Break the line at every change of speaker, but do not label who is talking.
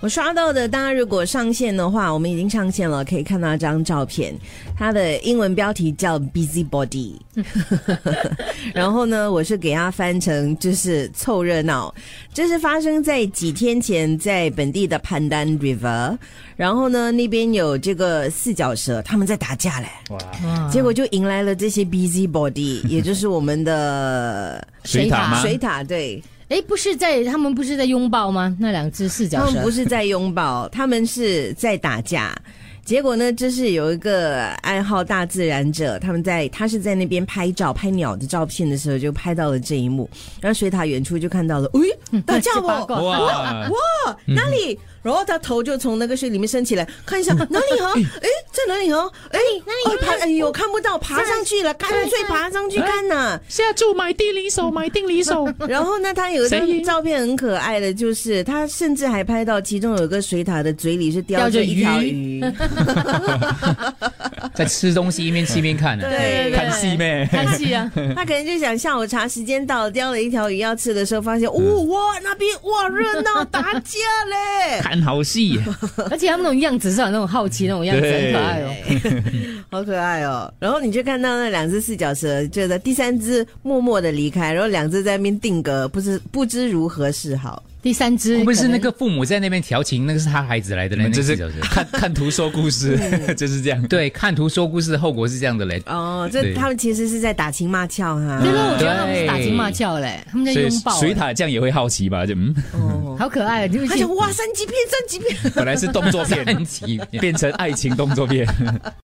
我刷到的，大家如果上线的话，我们已经上线了，可以看到一张照片，它的英文标题叫 Busy Body，然后呢，我是给它翻成就是凑热闹，这是发生在几天前在本地的潘丹 River，然后呢那边有这个四脚蛇，他们在打架嘞，
哇，
啊
结果就迎来了这些 Busy Body，也就是我们的
水塔吗
水獭，对。
哎，不是在他们不是在拥抱吗？那两只四脚
他
蛇
们不是在拥抱，他们是在打架。结果呢，就是有一个爱好大自然者，他们在他是在那边拍照拍鸟的照片的时候，就拍到了这一幕。然后水獭远处就看到了，喂，打架
七八
哦，
个
哇，
哇，哪里？然后他头就从那个水里面升起来，看一下哪里哈？哎，在哪里哈？哎，哪里？爬？哎呦，看不到，爬上去了，干脆爬上去看呐、
下注买地离手，买定离手。
然后呢，他有一张
谁赢
照片很可爱的，就是他甚至还拍到其中有一个水獭的嘴里是叼
叼着
一条 鱼，
在吃东西一边吃一边看呢、
对
看戏咩？
看戏啊，
他可能就想下午茶时间到了，叼了一条鱼要吃的时候，发现哇、 哇那边哇热闹打架嘞，
看好戏，
而且他们那种样子是有那种好奇那种样子，很
对
可爱哦。
好可爱哦。然后你就看到那两只四脚蛇，觉得第三只默默的离开，然后两只在那边定格，不知不知如何是好。
第三只
会不会是
可能
那个父母在那边调情？那个是他孩子来的
你
嘞，
们
那
这
个
嗯是
四小时
看 看图说故事，就是这样。
嗯对，看图说故事的后果是这样的嘞。
哦，这
对
他们其实是在打情骂俏哈、
对了，我觉得他们是
对
打情骂俏嘞，他们在
所以
拥抱
水
嘞，
塔这样也会好奇吧？就嗯，
哦，
好可爱，啊就是
他想哇三级片三级片。
本来是动作片，
三级片
变成爱情动作片。